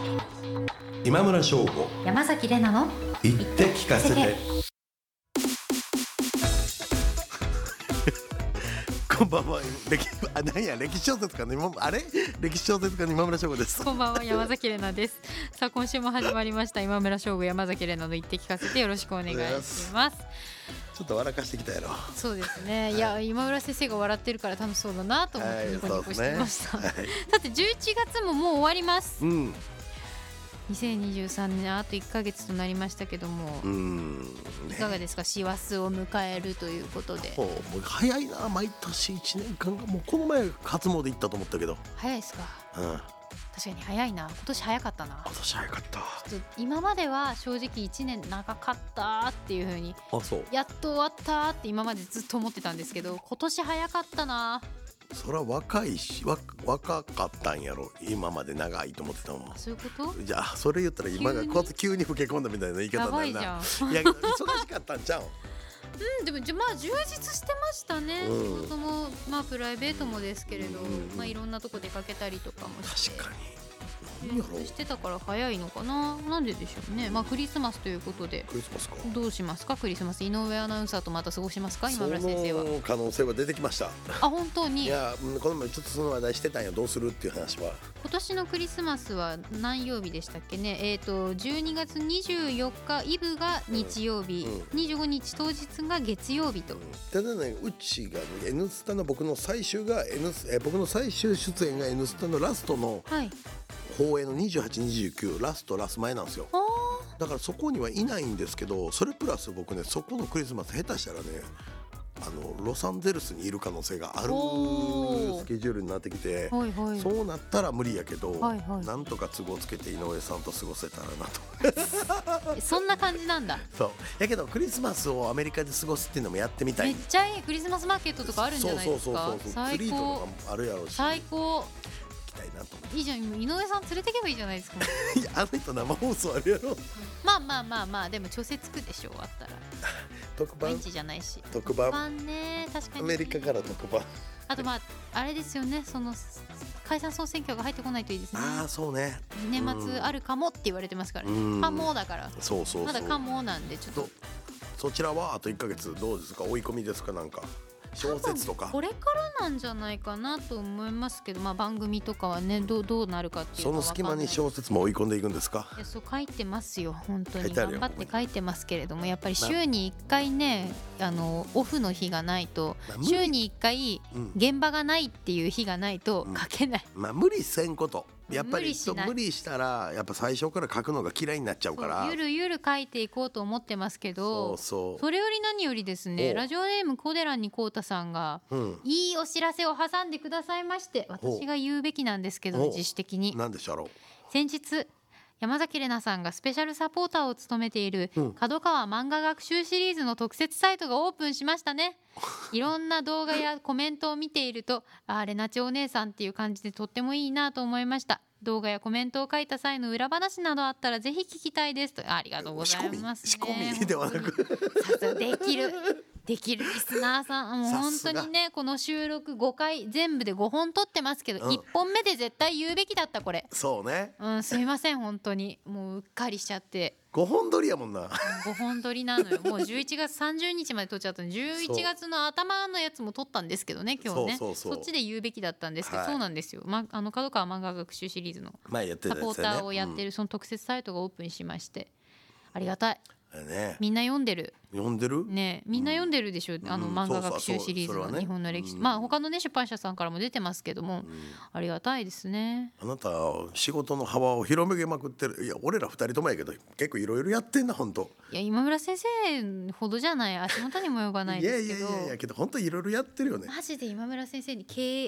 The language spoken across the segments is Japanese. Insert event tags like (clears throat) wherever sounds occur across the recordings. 今村翔吾山崎れなの言って聞かせてこんばんは歴あ何や歴史小説家の今あれ歴史小説家の今村翔吾ですこんばんは山崎れなですさあ今週も始まりました今村翔吾山崎れなの言って聞かせてよろしくお願いしますちょっと笑かしてきたやろはそうですね、い、や今村先生が笑ってるから楽しそうだなと思ってニコニコしてました、いさて11月ももう終わりますうん2023年あと1ヶ月となりましたけども、うんいかがですか師走を迎えるということでほうもう早いな毎年一年間がもうこの前初詣行ったと思ったけど早いですかうん今確かに早いな今年早かったな年早かったちょっと今までは正直1年長かったっていう風にあそうやっと終わったって今までずっと思ってたんですけど今年早かったなそら若いしわ若かったんやろ今まで長いと思ってたもんそういうことじゃあそれ言ったら今が急にこう急に老け込んだみたいな言い方やになばるいじなゃん、い (laughs) やけど忙しかったんちゃううん、でもじゃまあ充実してましたね、うん仕事もまあプライベートもですけれど、うんまあいろんなとこ出かけたりとかもして確かに何充やろ実してたから早いのかななんででしょうねまあクリスマスということでクリスマスかどうしますかクリスマス井上アナウンサーとまた過ごしますか今村先生はその可能性は出てきましたあ本当いに今やうんこの前ちょっとその話題してたんやどうするっていう話は年のクリスマスは何曜日でしたっけねえっ、と12月24日イブが日曜日、う25日当日が月曜日とただねうちがね「N スタ」の僕の最終が N スえ僕の最終出演が「N スタ」のラストのはい放映の2829ラストラス前なんですよあだからそこにはいないんですけどそれプラス僕ねそこのクリスマス下手したらねあのロサンゼルスにいる可能性があるおースケジュールになってきてー、はいはいそうなったら無理やけど、はいはいなんとか都合つけて井上さんと過ごせたらなとえそんな感じなんだそうやけどクリスマスをアメリカで過ごすっていうのもやってみためいっちゃいいクリスマスマーケットとかあるんじゃないですそかうそうそうそう最ツリートとか高もあるやろうし行最高きたいなと思いいじゃん井上さん連れてけばいいじゃないで (laughs) すかっていやあの人生放送あるやろまあまあまあまあでも調整つくでしょうあったら特毎番日じゃないし特番晩ね確かアにメリカから特番あとまああれですよねそのす解散総選挙が入ってこないといいですねああそうね年末あるかもって言われてますからねうんかもだからそうそうそうまだかもなんでちょっどとそちらはあと1か月どうですか追い込みですかなんか小説とかこれからなんじゃないかなと思いますけど、まあ、番組とかはねどうどうなるかっていうそのはのわか隙んな間いに小説も追い込んでいくんですかいやそう書いてますよ本当書にいてあるよ頑張って書いてますけれどもやっぱり週に1回ねあのオフの日がないとまあ無理週に1回うん現場がないっていう日がないとうん書けない、まあ無理せんことやっぱ無り理しない無理したらやっぱ最初から書くのが嫌いになっちゃうそかうらゆるゆる書いていこうと思ってますけそどうそうそれより何よりですねおラジオネームコデラにコウタさんがうんいいお知らせを挟んでくださいましてお私が言うべきなんですけどお自主的になんでしょうろ先日山崎怜奈さんがスペシャルサポーターを務めているうん角川漫画学習シリーズの特設サイトがオープンしましたね (laughs) いろんな動画やコメントを見ているとあーれなちお姉さんっていう感じでとってもいいなと思いました動画やコメントを書いた際の裏話などあったらぜひ聞きたいですとありがとうございます、ね、仕込み仕込みではなくさすができるできるリスナーさんもうさ本す当がにねこの収録5回全部で5本撮ってますけど、うん1本目で絶対言うべきだったこれそうねうん、すみません本当にもううっかりしちゃって5本撮りやもんな (laughs) 5本撮りなのよもう11月30日まで撮っちゃったのそう11月の頭のやつも撮ったんですけどね今日ねそうそうそうっちで言うべきだったんですけど、はいそうなんですよ、ま、あの角川漫画学習シリーズの前やってサたやつポーターをやってるるその特設サイトがオープンしまして、ありがたいねみんな読んでる読んでるねみんな読んでるでしょ、あのうん漫そ画うそう学習シリーズそうのそれはね日本の歴史、うんまあ他のね出版社さんからも出てますけども、うんありがたいですねあなた仕事の幅を広げまくってるいや俺ら二人ともやけど結構いろいろやってんな本当いや今村先生ほどじゃない足元にも及ばないいやでいすやけいどやいやけど本当いろいろやってるよねマジで今村先生に経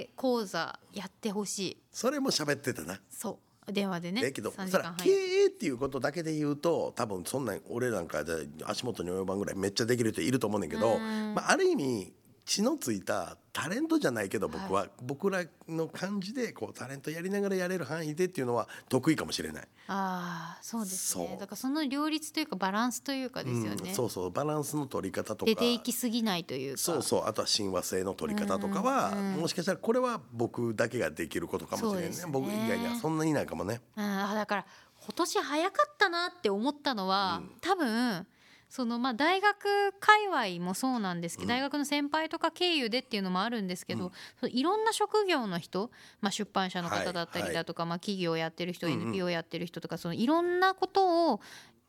営講座やってほしいそれも喋ってたなそう電話でねだけど3時そ間らは経い営っていうことだけで言うと多分そんなん俺なんかで足元に及ばんぐらいめっちゃできる人いると思うねんだけうど、んまあ、ある意味血のついたタレントじゃないけど僕は、は僕らの感じでこうタレントやりながらやれる範囲でっていうのは得意かもしれない。ああそうですそねうだからその両立というかバランスというかですようねん、そうそうバランスの取り方とか出ていきすぎないというかそうそうあとは親和性の取り方とかは、うんうんもしかしたらこれは僕だけができることかもしれないねそうですね僕以外にはそんなにいないかもね。うんあだから今年早かったなって思ったのは、うん多分そのまあ大学界隈もそうなんですけうど、ん大学の先輩とか経由でっていうのもあるんですけうど、んそのいろんな職業の人、まあ、出版社のは方いだったりだとか、まあ、企業やってる人、うんうん NPO やってる人とかそのいろんなことを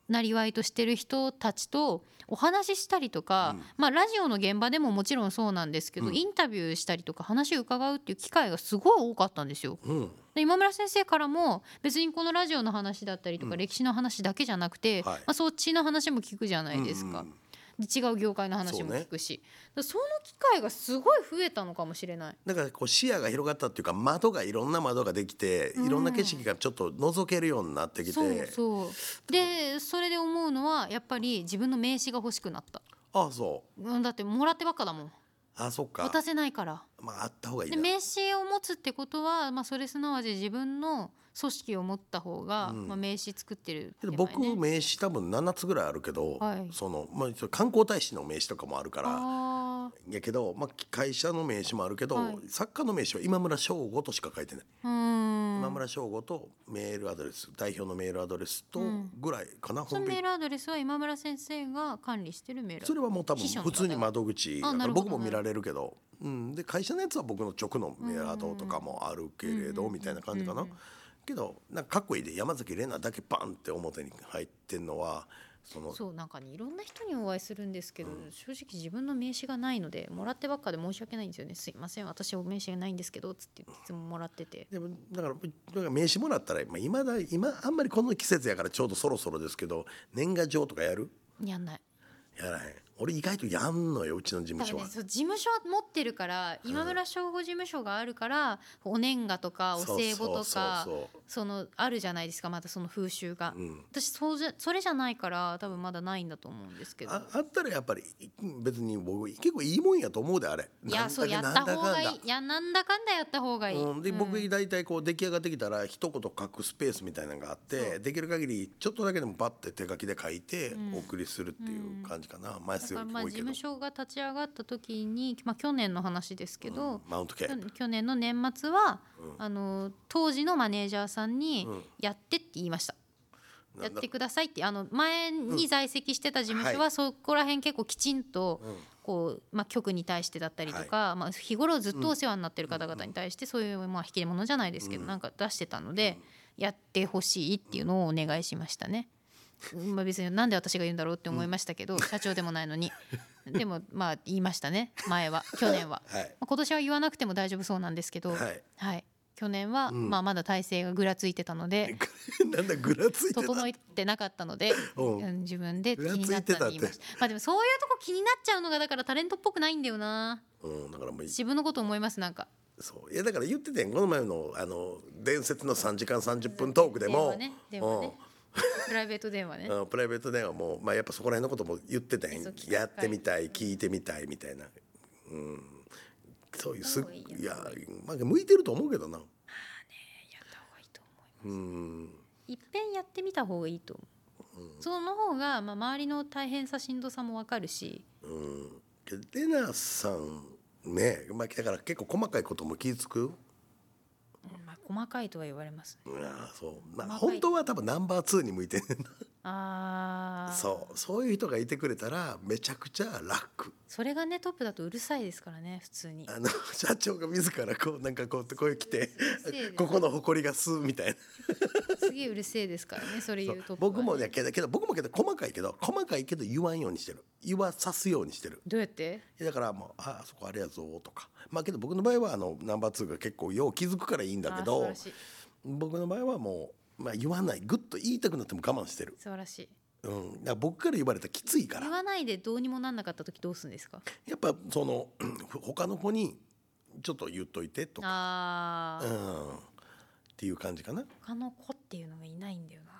なりわいとしてる人たちとお話ししたりとか、うんまあ、ラジオの現場でももちろんそうなんですけど、うんインタビューしたりとか話を伺うっていう機会がすごい多かったんですよ。うんで今村先生からも別にこのラジオの話だったりとうかん歴史の話だけじゃなくて、はいまあ、そっちの話も聞くじゃないですか、うんうんで違う業界の話もそうね聞くしそ,、その機会がすごい増えたのかもしれない。だからこう視野が広がったっていうか窓がいろんな窓ができて、うんいろんな景色がちょっと覗けるようになってきてそうそうでそれで思うのはやっぱり自分の名刺が欲しくなった、ああそううん、だってもらってばっかだもんあそっか渡せないからまああった方がいいでな名刺を持つってことは、まあ、それすなわち自分の組織を持った方が、うんまあ、名刺作ってるけど手前僕ね名刺多分7つぐらいあるけど、はいそのまあ、それ観光大使の名刺とかもあるからあやけど、まあ、会社の名刺もあるけど、はい作家の名刺は今村翔吾としか書いてない、ーうん今村翔吾とメールアドレス代表のメールアドレスとうんぐらいかな、そ本の編メールアドレスは今村先生が管理してるメールそれはもう多分秘書の普方通に窓口だあからなるほど僕も見られるけど、うん、で会社のやつは僕の直のメアドとかもあるけれどうんみたいな感じかうなんうんうん。けどなんかかっこいいで山崎怜奈だけバンって表に入ってんのはそのそうなんかねいろんな人にお会いするんですけど、うん正直自分の名刺がないのでもらってばっかで申し訳ないんですよねすいません私お名刺がないんですけどつっていつももらっててでもだからだから名刺もらったら、まあ、今だ今あんまりこの季節やからちょうどそろそろですけど年賀状とかやるやんないやらへん俺意外とやんのようちの事多務所分はね。そう事務所持ってるから今村省吾事務所があるからお年賀とかお歳暮そうとかそうそのあるじゃないですかまたその風習が、そううん私そうじゃそれじゃないから多分まだないんだと思うんですけどああったらやっぱりい別に僕結構いいもんやと思うであれいやそうやなんっだたか方なんだがいいいやなんだかんだやった方がいい、うん、でうん僕大体こう出来上がってきたら一言書くスペースみたいなのがあっそてうできる限りちょっとだけでもパッて手書きで書いてうんお送りするっていう感じかな、枚だ数かよらりまあ多事いけど務、所が立ち上がった時に、まあ、去年の話ですけうどん、マウント系、去去年の年末は、うんあの当時のマネージャーさんにうん「やって」って言いました。なやんっだてくださいってあの前に在籍してた事務所ははそこら辺結構きちんとうんこうまあ局に対してだったりとかまあ日頃ずっとお世話になってる方々に対してそういうまあ引き出物じゃないですけどうんなんか出してたのでやってほしいっていうのをお願いしましたね。うんまあ別になんで私が言うんだろうって思いましたけど社長でもないの (laughs) にでもまあ言いましたね前は去年は。はいまあ今年は言わなくても大丈夫そうなんですけど、はい (laughs) はい去年はうんまあまだ体勢がぐらついてたのでなんだぐらついてた整えてなかったので、 (laughs) うんうん自分で気ぐらついになってたたっってて言いましたまあでもそういうとこ気になっちゃうのがだからタレントっぽくないんだよなうん、だからもうい自分のこと思いますなんかそういやだから言っててんこの前のあの伝説の3時間30分トークでも、電話ね電話ねプライベート電話ねうん、プライベート電話も、まあ、やっぱそこら辺のことも言ってたやんそう聞きたいやってみたい聞いてみたいみたいな、うん、そういうすやった方がいいやいや、まあ、向いてると思うけどな、やった方がいいと思いまうん、すいっぺんやってみた方がいいと思う、その方がまあ周りの大変さしんどさもわかるしうん、レナさんね、まあ、だから結構細かいことも気ぃ付くうんまあ細かいとは言われますねうんああそう、まあ、細かい本当は多分ナンバー2に向いてるああそうそういう人がいてくれたらめちゃくちゃ楽それがねトップだとうるさいですからね普通にあの社長が自らこうなんかこうこう来てうるせえでここの誇りが吸うみたいな。すげえうるせえですからねそれ言うトップはね僕もねけどけど僕もけど細かいけど細かいけど言わんようにしてる言わさすようにしてるどうやってだからもう「ああそこあれやぞ」とかまあけど僕の場合はあのナンバー2が結構よう気づくからいいんだけあどー素晴らしい僕の場合はもう、まあ、言わないぐっと言いたくなっても我慢してる、素晴らしいうん、だから僕から言われたらきついか言らわないでどうにもなんなかった時どうするんですかやっぱその (clears throat) 他の子にちょっと言っといてとか、あうーん、っていう感じかな他の子っていうのがいないんだよな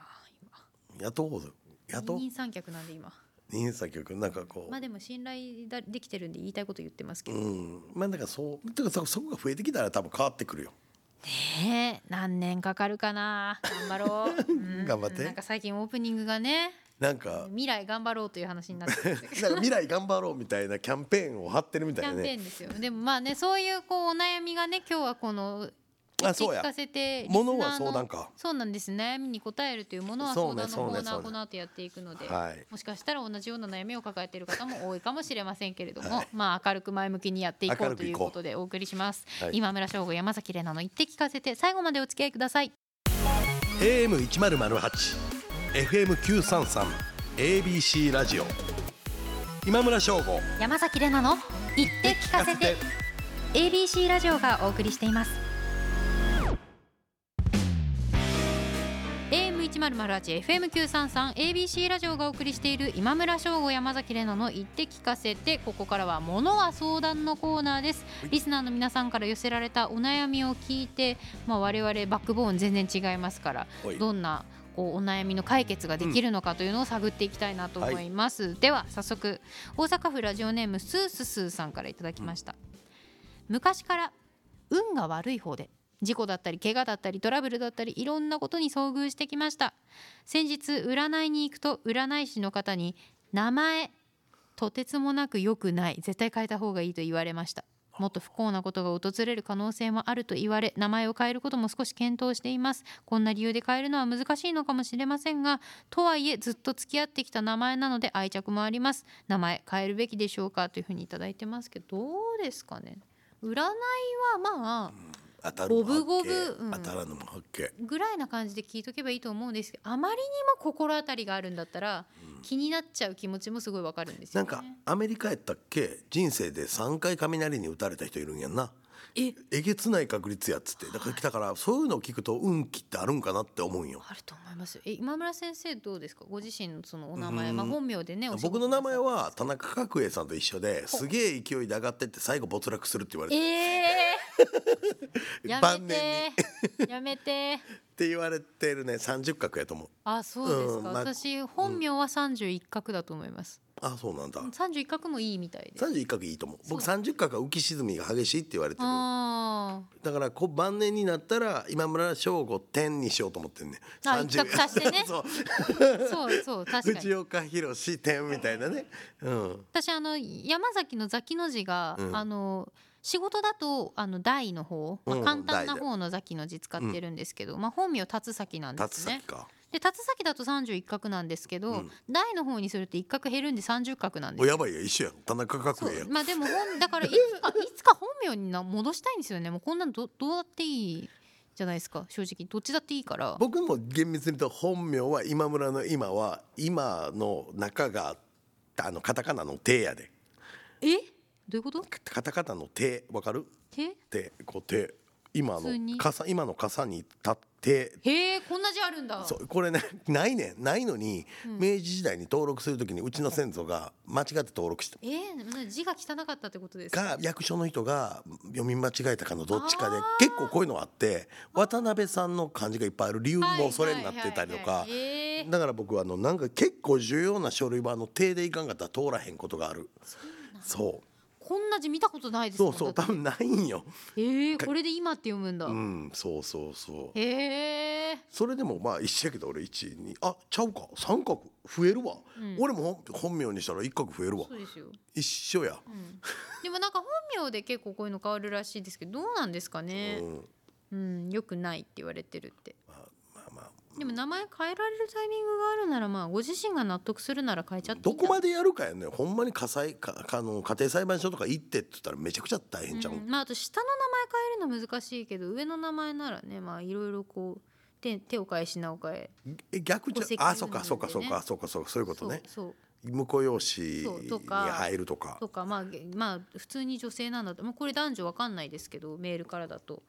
雇おう今雇う二人三脚なんで今二人三脚なんかこう、まあでも信頼だできてるんで言いたいこと言ってますけど、うんまあだからそうだからそそこが増えてきたら多分変わってくるよねえ何年かかるかな頑張ろ (laughs) う、うん頑張ってなんか最近オープニングがねなんか未来頑張ろうという話になっ (laughs) てなんか未来頑張ろうみたいなキャンペーンを張ってるみキたいャなンペねーンですよでもまあねそういうこうお悩みがね今日はこのあそう聞やかせてリスナーの物は相談かそうなんです悩みに答えるというものはそ相うね談のコーそうねナそうーねこの後やっていくので、はいもしかしたら同じような悩みを抱えている方も多いかもしれませんけれども、まあ明るく前向きにやっていこ明うるくといこいううことでお送りします、はい今村翔吾山崎怜奈の言って聞かせて最後までお付き合いください AM 一ゼロゼロ八 FM 九三三 ABC ラジオ今村翔吾山崎怜奈の言って聞かせて ABC ラジオがお送りしています AM1008 FM933 ABC ラジオがお送りしている今村翔吾山崎怜奈の言って聞かせてここからはものは相談のコーナーですリスナーの皆さんから寄せられたお悩みを聞いてまあ我々バックボーン全然違いますからはいどんなこうお悩みの解決ができるのかというのを探っていきたいなと思います、では早速大阪府ラジオネームスーススーさんからいただきました、昔から運が悪い方で事故だったり怪我だったりトラブルだったりいろんなことに遭遇してきました先日占いに行くと占い師の方に名前とてつもなく良くない絶対変えた方がいいと言われましたもっと不幸なことが訪れる可能性もあると言われ名前を変えることも少し検討していますこんな理由で変えるのは難しいのかもしれませんがとはいえずっと付き合ってきた名前なので愛着もあります名前変えるべきでしょうかというふうにいただいてますけどどうですかね占いはまあ当たるも発見五分五分うん当たらぬも発見ぐらいな感じで聞いとけばいいと思うんですけどあまりにも心当たりがあるんだったら気になっちゃう気持ちもすごいわかるんですなよんね。かアメリカやったっけ人生で3回雷に打たれた人いるんやんなええげつない確率やっつってだからだからそういうのを聞くと運気ってあるんかなって思うんよあると思いますよ。え今村先生どうですかご自身のそのお名前、まあ、本名でねお仕事僕の名前は田中角栄さんと一緒ですげえ勢いで上がってって最後没落するって言われえてー、(laughs) や晩め年てやめてって言われてるね30角やと思うあそうですか、うんまあ私本名は31角だと思いますあそうなんだ31角もいいみたいです31角いいと思う僕そ30角は浮き沈みが激しいって言われてるあだからこう晩年になったら今村翔吾天にしようと思ってんねあ一角足してね (laughs) そうーそうそ (laughs) う確かに藤岡弘天みたいなねうん私あの山崎のザキの字が、うんあの仕事だとあの大の方、まあうん簡単な大だ方のザキの字使ってるんですけど、まあ本名達崎なんで達すね崎。かで達崎だと31画なんですけど、うん大の方にすると1画減るんで30画なんでおす。やばいよ一緒やん田中そ角栄やうんまあで (laughs) も本だからいつかいつか本名にな戻したいんですよねもうこんなのどどうだっていいじゃないですか正直どっちだっていいから僕も厳密に言うと本名は今村の今は今の中があのカタカナの「手」やでえどういうことカタカナの「手」わかるて手こう手今普通にの傘今の傘に立ってへえこんな字あるんだそうこれねないねんないのに、明治時代に登録するときにうちの先祖が間違って登録したえー字が汚かったってことですかか役所の人が読み間違えたかのどっちかであー結構こういうのあって渡辺さんの漢字がいっぱいある理由もそれになってたりとかはいはいはいはいえーだから僕はあのなんか結構重要な書類はあの手でいかんかったら通らへんことがあるそうこんな字見たことないですそもんうそうだ多って分ないんよえー、これで今って読むんだ、うんそうそうそうへえそれでもまあ一緒やけど俺一にあちゃうか三角増えるわ、うん俺も本本名にしたら一角増えるわそうですよ、一緒やうん、でもなんか本名で結構こういうの変わるらしいですけどどうなんですかねうんうん、よくないって言われてるってまあまあまあでも名前変えられるタイミングがあるならまあご自身が納得するなら変えちゃっていどいんじこゃないまでやるかやねほんまに家裁かかあの家庭裁判所とか行ってって言ったらめちゃくちゃ大変じゃん、うんまあ、あと下の名前変えるの難しいけど上の名前ならねまあいろいろこう手手を変え品を変ええ逆じ戸籍ゃあそうかなのでねそうかそうかそうかそうかそういうことねそうそう婿養子にそうとか入るとかとかまあげまあ普通に女性なんだとまあこれ男女わかんないですけどメールからだと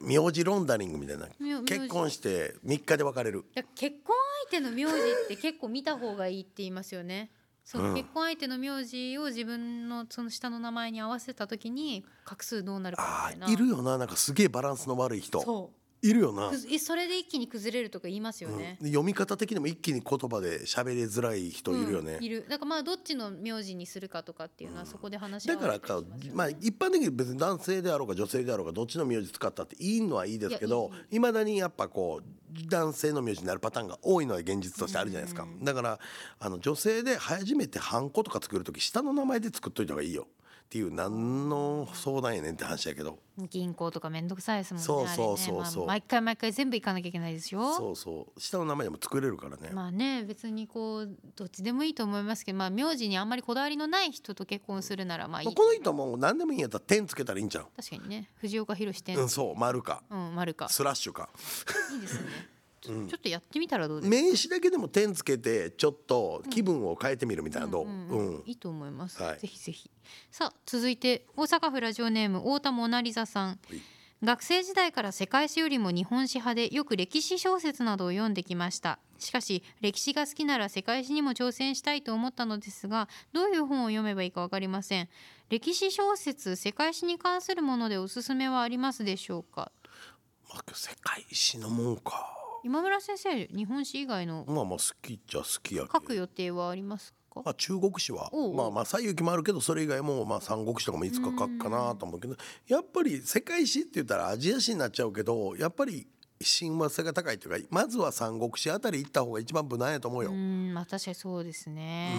名字ロンダリングみたいな名字結婚して3日で別れるだから結婚相手の名字って結構見た方がいいって言いますよね。そのうん結婚相手の名字を自分のその下の名前に合わせた時に画数どうなるかあみたいな。ーいるよななんかすげえバランスの悪い人そういるよなく、ずえそれで一気に崩れるとか言いますようんね、、読み方的にも一気に言葉で喋りづらい人いるよね、うんいるだからまあどっちの名字にするかとかっていうのはそこで話しだ合わかられてかきすよねまあ一般的に別に男性であろうか女性であろうかどっちの名字使ったっていいのはいいですけどいやいいいまだにやっぱこう男性の名字になるパターンが多いのは現実としてあるじゃないですか、うんだからあの女性で初めてハンコとか作る時下の名前で作っといた方がいいよっていう何の相談やねんって話やけど銀行とかめんどくさいですもんねそうそうそうあれねそうまあ毎回毎回全部行かなきゃいけないですよそうそう下の名前でも作れるからね、まあね別にこうどっちでもいいと思いますけどまあ名字にあんまりこだわりのない人と結婚するならまあいいまあこの人もう何でもいいんやったら点つけたらいいんじゃん、確かにね藤岡弘店うん、そう丸かうん丸かスラッシュかいいですねちょ,、ちょっとやってみたらどうですか名刺だけでも点つけてちょっと気分を変えてみるみたいなどう、うんううんんいいと思います、はいぜひぜひさあ続いて大阪府ラジオネーム太田モナリザさんはい学生時代から世界史よりも日本史派でよく歴史小説などを読んできましたしかし歴史が好きなら世界史にも挑戦したいと思ったのですがどういう本を読めばいいか分かりません歴史小説世界史に関するものでおすすめはありますでしょうかまあ、世界史のもんか今村先生日本史以外のまあまあ好きっちゃ好きや書けくど、予定はありますかまあ、中国史はおうおうまあまあ「西遊記」もあるけどそれ以外もまあ三国史とかもいつか書くかなと思うけどやっぱり世界史って言ったらアジア史になっちゃうけどやっぱり親和性が高いというかまずは三国史あたり行った方が一番無難やと思うよ。うーんまあ確かにそうですね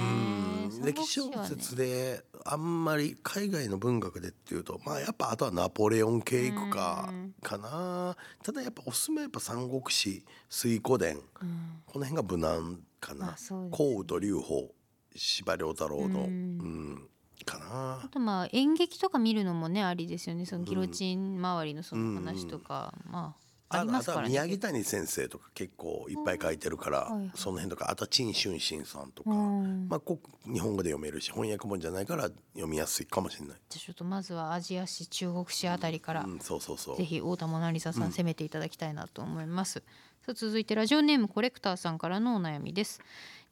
うん三歴国史志はね小説であんまり海外の文学でっていうとまあやっぱあとはナポレオン系いくかうんかなただやっぱおすすめはやっぱ三国志水古伝うんこの辺が無難かまなあそうです幸雨と劉邦司馬遼太郎のううんんかあなとまあ演劇とか見るのもねありですよねそのギロチン周りのその話とか、まああありのまあすとかはらね。宮城谷先生とか結構いっぱい書いてるからうんはいはいその辺とかあとは陳春心さんとかうんまあこう日本語で読めるし翻訳本じゃないから読みやすいかもしれない。じゃあちょっとまずはアジア史中国史あたりから、うんそうそうそうぜひ太田モナリザさん攻めていただきたいなと思います、さあ続いてラジオネームコレクターさんからのお悩みです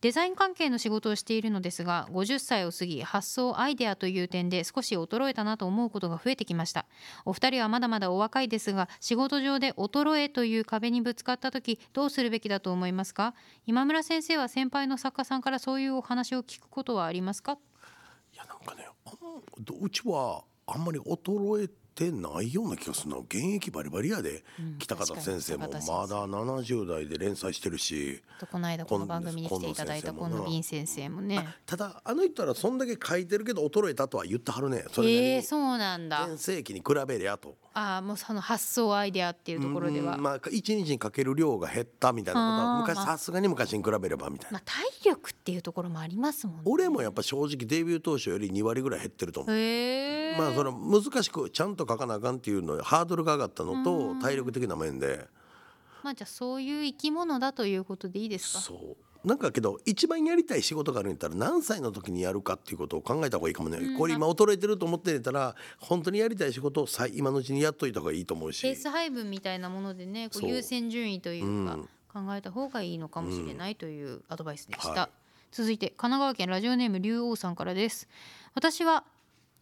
デザイン関係の仕事をしているのですが50歳を過ぎ発想アイデアという点で少し衰えたなと思うことが増えてきましたお二人はまだまだお若いですが仕事上で衰えという壁にぶつかった時どうするべきだと思いますか今村先生は先輩の作家さんからそういうお話を聞くことはありますかいやなんかねあんどうちはあんまり衰えてないような気がするな現役バリバリやで、うん北方確かに先生も北方先生まだ70代で連載してるしこの間この番組に来ていただいた近今藤先生もな野敏先生もねあただあの人らそんだけ書いてるけど衰えたとは言ってはるねそれなりにえー、そうなんだ全盛期に比べりゃと。ああもうその発想アイデアっていうところでは、うんままあ一日にかける量が減ったみたいなことはあー昔まあさすがに昔に比べればみたいなあ、体力っていうところもありますもんね俺もやっぱ正直デビュー当初より2割ぐらい減ってると思うへえまあそれ難しくちゃんと書かなあかんっていうのハードルが上がったのうとん体力的な面でまあじゃあそういう生き物だということでいいですかそうなんかけど一番やりたい仕事があるんやったら何歳の時にやるかっていうことを考えた方がいいかもね、うんこれ今衰えてると思ってたら本当にやりたい仕事をさ今のうちにやっといた方がいいと思うペしース配分みたいなものでねこうそう優先順位というかうん考えた方がいいのかもしれないというアドバイスでした、はい続いて神奈川県ラジオネーム竜王さんからです私は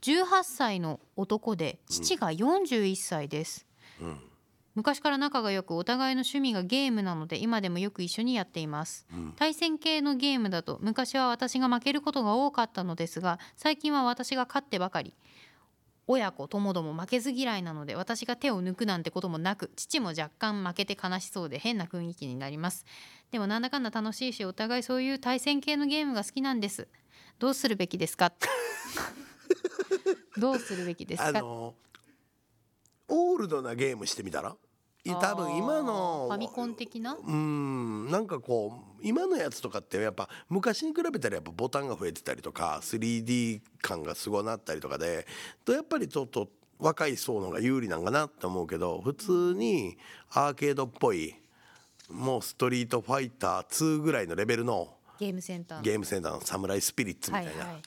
18歳の男で父が41歳です、うん昔から仲が良くお互いの趣味がゲームなので今でもよく一緒にやっています、うん対戦系のゲームだと昔は私が負けることが多かったのですが最近は私が勝ってばかり親子ともども負けず嫌いなので私が手を抜くなんてこともなく父も若干負けて悲しそうで変な雰囲気になりますでもなんだかんだ楽しいしお互いそういう対戦系のゲームが好きなんですどうするべ (laughs) きですかどうするべきですかあのオールドなゲームしてみたらいや多分今のファミコン的なうんなんかこう今のやつとかってやっぱ昔に比べたらやっぱボタンが増えてたりとか 3D 感がすごなったりとかでとやっぱりちょっと若い層の方が有利なんかなって思うけど普通にアーケードっぽいもうストリートファイター2ぐらいのレベルのゲームセンターのゲームセンターのサムライスピリッツみたいはいはない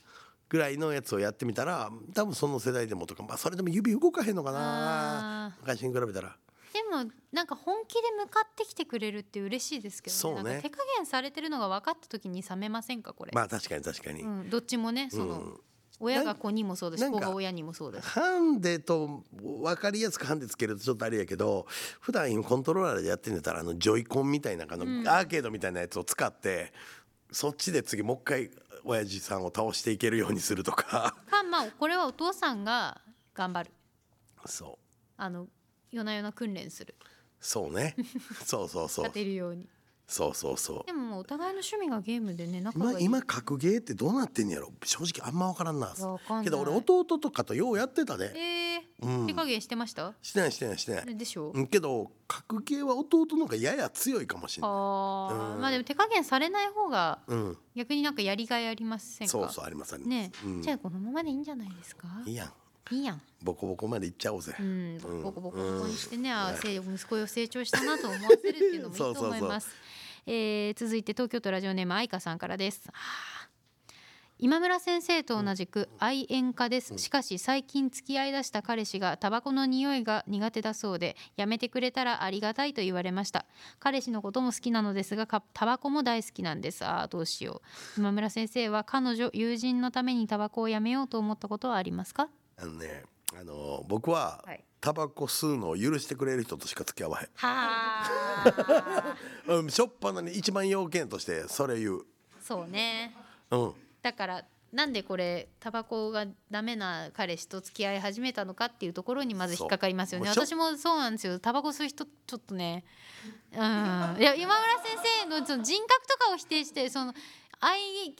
ぐらいのやつをやってみたら多分その世代でもとか、まあ、それでも指動かへんのかなあ昔に比べたら。でもなんか本気で向かってきてくれるって嬉しいですけど、ねそうねなんか手加減されてるのが分かった時に冷めませんかこれ、まあ確かに確かに、うん、どっちもねその、うん親が子にもそうだなしんか子が親にもそうだし (laughs) ハンデと分かりやすくハンデつけるとちょっとあれやけど普段今コントローラーでやってんだったらあのジョイコンみたいなあのうんアーケードみたいなやつを使って、そっちで次もう一回親父さんを倒していけるようにすると (laughs) かかまあこれはお父さんが頑張るそうあの夜な夜な訓練するそうねそうそうそう勝てるようにそうそうそでももうお互いの趣味がゲームでねう仲がい今い今格ゲーってどうなってんやろ正直あんま分からんないやわかんないけど俺弟とかとようやってたねえーうん手加減してましたしてないしてないしてないでしょうんけど格ゲーは弟の方がやや強いかもしれないあうーんまあでも手加減されない方がうん逆になんかやりがいありませんかそうそうありますありますねえ、うんじゃあこのままでいいんじゃないですかいいやんいいやんボコボコまで行っちゃおうぜ、うんうんボコボコボコにしてね、うんあねせい息子よ成長したなと思わせるっていうのもいいとそうそうそう思いますえー続いて東京都ラジオネーム愛花さんからですあー今村先生と同じく愛煙家です、しかし最近付き合いだした彼氏がタバコの匂いが苦手だそうでやめてくれたらありがたいと言われました彼氏のことも好きなのですがかタバコも大好きなんですあーどうしよう今村先生は彼女友人のためにタバコをやめようと思ったことはありますかあのねあのー僕ははいタバコ吸うのを許してくれる人としか付き合わへんはあ (laughs) うん初っ端に一番要件としてそれ言うそうねうんだからなんでこれタバコがダメな彼氏と付き合い始めたのかっていうところにまず引っかかりますよねそうもう私もそうなんですよタバコ吸う人ちょっとねうんいや今村先生のその人格とかを否定してその愛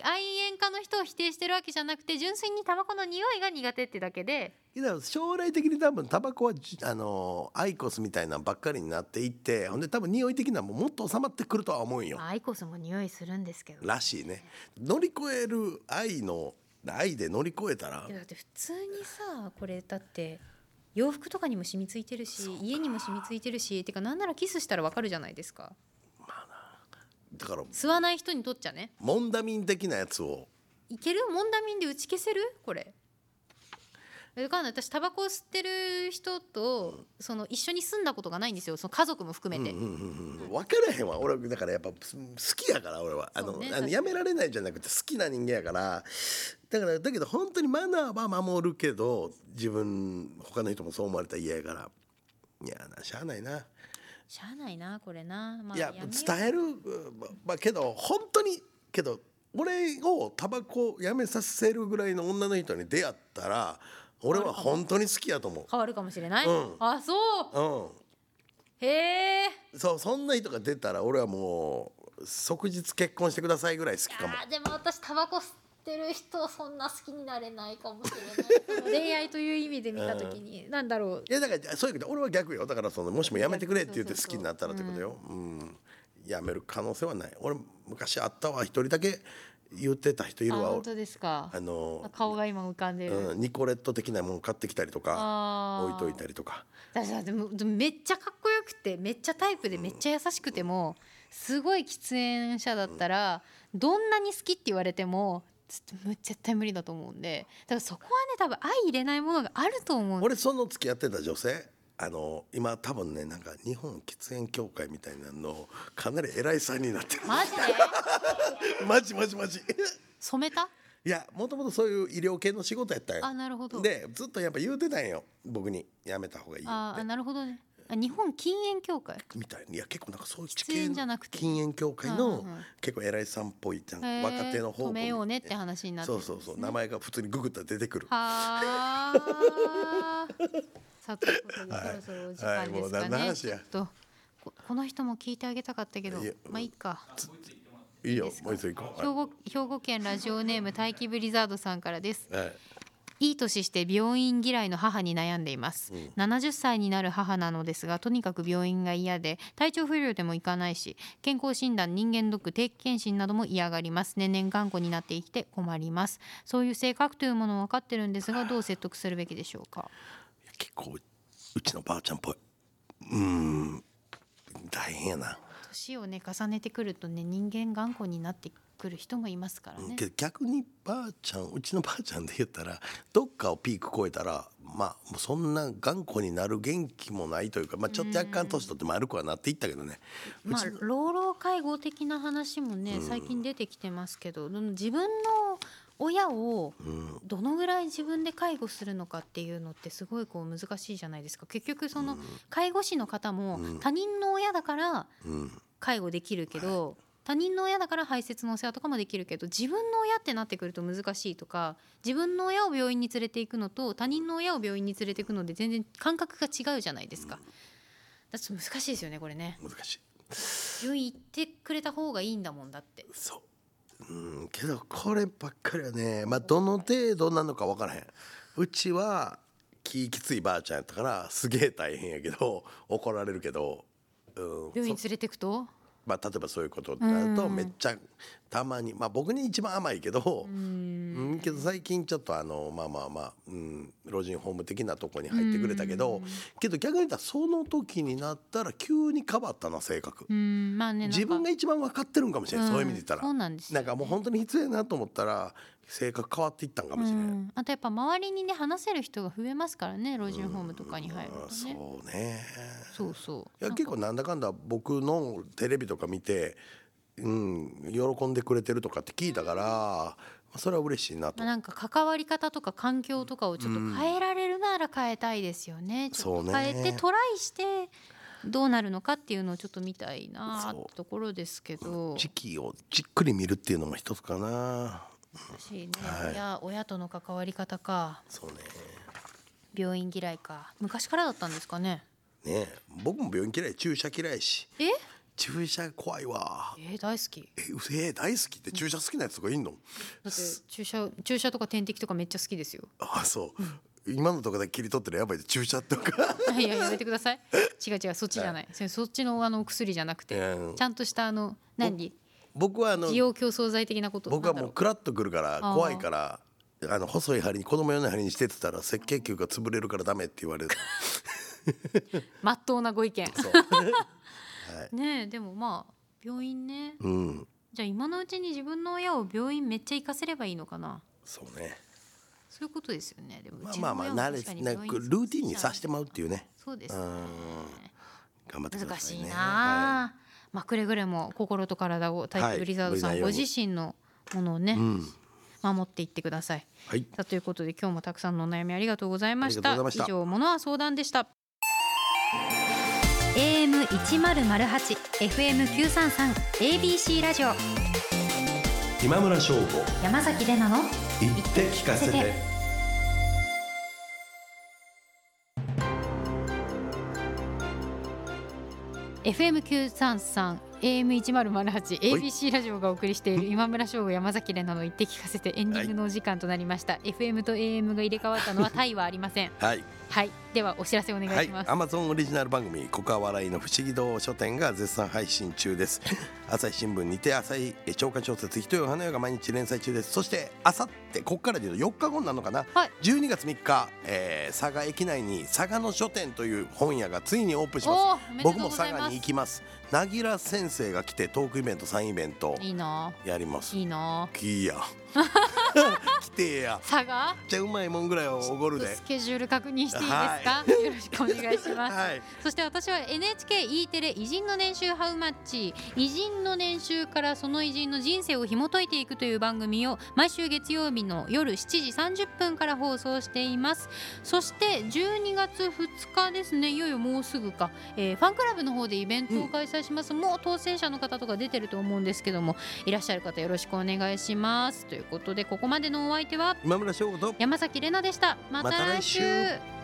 愛煙家の人を否定してるわけじゃなくて純粋にタバコの匂いが苦手ってだけでけど将来的に多分タバコはじあのーアイコスみたいなんばっかりになっていってほんで多分匂い的なのももっと収まってくるとは思うんよまあアイコスも匂いするんですけどらしいね乗り越える愛の愛で乗り越えたらいやだって普通にさこれだって洋服とかにも染みついてるし家にも染みついてるしてかなんならキスしたらわかるじゃないですかだから吸わない人にとっちゃねモンダミン的なやつをいけるモンダミンで打ち消せるこれわかんない私タバコを吸ってる人とその一緒に住んだことがないんですよその家族も含めて、うんうんうん、分からへんわ俺だからやっぱす好きやから俺はあの、そうねあのやめられないじゃなくて好きな人間やからだからだけど本当にマナーは守るけど自分他の人もそう思われたら嫌やからいやなしゃあないな、しゃあないなこれな、まあ、いやめよう伝える、ままあ、けど本当にけど俺をタバコやめさせるぐらいの女の人に出会ったら俺は本当に好きやと思変わるかもしれない、うんあそうう。うんへえそうそんな人が出たら俺はもう即日結婚してくださいぐらい好きかもあーでも私タバコ吸ってる人そんな好きになれないかもしれ (laughs) ない恋愛という意味で見た時に、なんだろういやだからそうやけど俺は逆よだからそのもしもやめてくれって言ってそ好うきそうそうになったらってことようんやめる可能性はない俺昔あったわ一人だけ言ってた人いあるわ本当ですかあの顔が今浮かんでる、うんニコレット的なもん買ってきたりとかあ置いといたりりとか私だってもうでもめっちゃかっこよくてめっちゃタイプでめっちゃ優しくても、すごい喫煙者だったら、どんなに好きって言われてもちょっとむ絶対無理だと思うんでだからそこはね多分相入れないものがあると思うんで俺その付き合ってた女性あの今多分ねなんか日本喫煙協会みたいなのかなり偉いさんになってるマジで (laughs) マジマジマジ染めたいやもともとそういう医療系の仕事やったんよあなるほどでずっとやっぱ言うてたんよ僕にやめた方がいいよあっあてなるほどねあ日本禁煙協会みたいないや結構なんかそういう地喫煙じゃなくて禁煙協会うのんうんうん結構偉いさんっぽいじゃん、へー若手の方止めようねって話になってそうそうそう名前が普通にググったら出てくるはあ。さあということでそろそろお時間ですかはいはいもうね。な話ちょやっとここの人も聞いてあげたかったけどいや、まあいいか。いいよですかもう一度行こう兵庫兵庫県ラジオネーム大気ブリザードさんからです。はい、はいいい年して病院嫌いの母に悩んでいます、70歳になる母なのですがとにかく病院が嫌で体調不良でも行かないし健康診断人間ドック定期検診なども嫌がります年々頑固になっていて困りますそういう性格というものを分かってるんですがどう説得するべきでしょうか結構うちのばあちゃんっぽいうーん大変やな年をね重ねてくるとね人間頑固になって来る人もいますからねけど逆にばあちゃんうちのばあちゃんで言ったらどっかをピーク越えたらまあもうそんな頑固になる元気もないというか、まあ、ちょっと若干年取って丸くはなっていったけどねうまあちの老老介護的な話もね最近出てきてますけど自分の親をうんどのぐらい自分で介護するのかっていうのってすごいこう難しいじゃないですか結局その介護士の方もうん他人の親だからうん介護できるけど他人の親だから排泄のお世話とかもできるけど自分の親ってなってくると難しいとか自分の親を病院に連れて行くのと他人の親を病院に連れて行くので全然感覚が違うじゃないですか。だって難しいですよねこれね。難しい病院行ってくれた方がいいんだもんだって。そううんけどこればっかりはねまあどの程度なのか分からへんうちは気きついばあちゃんやったからすげえ大変やけど怒られるけど、うん、病院連れて行くとまあ、例えばそういうことになるとうんめっちゃたまに、まあ、僕に一番甘いけど、うーんうん、けど最近ちょっとあのまあまあまあ、うん、老人ホーム的なとこに入ってくれたけど、うんけど逆に言ったらその時になったら急に変わったな性格、うーんまあねなんか自分が一番分かってるんかもしれない、そういう意味で言ったそらう。なんですよなんかもう本当に必要やなと思ったら性格変わっていったんかもしれない、うんあとやっぱ周りにね話せる人が増えますからね老人ホームとかに入るあとね。そうねそうそう。いや結構なんだかんだ僕のテレビとか見て、うん、喜んでくれてるとかって聞いたから、それは嬉しいなとまあ、なんか関わり方とか環境とかをちょっと変えられるなら変えたいですよね。ちょっそうとね変えてトライしてどうなるのかっていうのをちょっと見たいなそうってところですけど。時期をじっくり見るっていうのも一つかな難しいね、はい親親との関わり方かそうね病院嫌いか昔からだったんですかね。ねえ僕も病院嫌い注射嫌いしえ注射怖いわえー、大好き。えうえ大好きって注射好きなやつとかいんのだって注射注射とか点滴とかめっちゃ好 (laughs) きですよ。あそう今のところだけ切り取ってるやばい注射とか (laughs) いややめてください。違う違うそっちじゃない。そそっちのあのお薬じゃなくて、うんちゃんとしたあの何僕はあの需要競争剤的なこと。僕はもうクラッとくるからあー怖いからあの細い針に子供用の針にしてってたら赤血球が潰れるからダメって言われるまっとうなご意見。 (laughs) そうねえでもまあ病院ね。うんじゃあ今のうちに自分の親を病院めっちゃ行かせればいいのかな。そうねそういうことですよね。でもまあまあまあ慣れてなんかルーティンにさせてもらうっていうねそうですうね、ん頑張ってくだ難さしいいねなはあ、まあくれぐれも心と体をタイはいプブリザードさん、ブリザードご自身のものをね、いうん守っていってください。はいさあということで今日もたくさんのお悩みありがとうございましあたりがとうございました以上ものは相談でした AM 一ゼロゼロ八 FM 九三三 ABC ラジオ今村翔吾山崎れなの言って聞かせてFM 九三三 AM 一ゼロゼロ八 ABC ラジオがお送りしている今村翔吾山崎れなの言って聞かせてエンディングのお時間となりました、FM と AM が入れ替わっ (laughs) たのはタイはありませんはいはいではお知らせお願いします、はい、Amazon オリジナル番組「ここは笑いの不思議堂書店」が絶賛配信中です (laughs) 朝日新聞にて朝日え長官小説「ひとよ花よ」が毎日連載中ですそしてあさってここからでいうと4日後になるのかな、はい12月3日、えー佐賀駅内に佐賀の書店という本屋がついにオープンしますおーおめでとう僕もござい佐賀ますに行きますなぎら先生が来てトークイベント3イベントいいなやりますいいなき (laughs) や (laughs) 来てや佐賀じゃうまいもんぐらいをおごるでスケジュール確認していいですか、はよろしくお願いします、はいそして私は NHKE テレ偉人の年収ハウマッチ偉人の年収からその偉人の人生を紐解いていくという番組を毎週月曜日の夜7時30分から放送していますそして12月2日ですねいよいよもうすぐか、えーファンクラブの方でイベントを開催します、もう当選者の方とか出てると思うんですけどもいらっしゃる方よろしくお願いしますということでここまでのお相手は今村翔吾と山崎れなでしたまたまた来来週週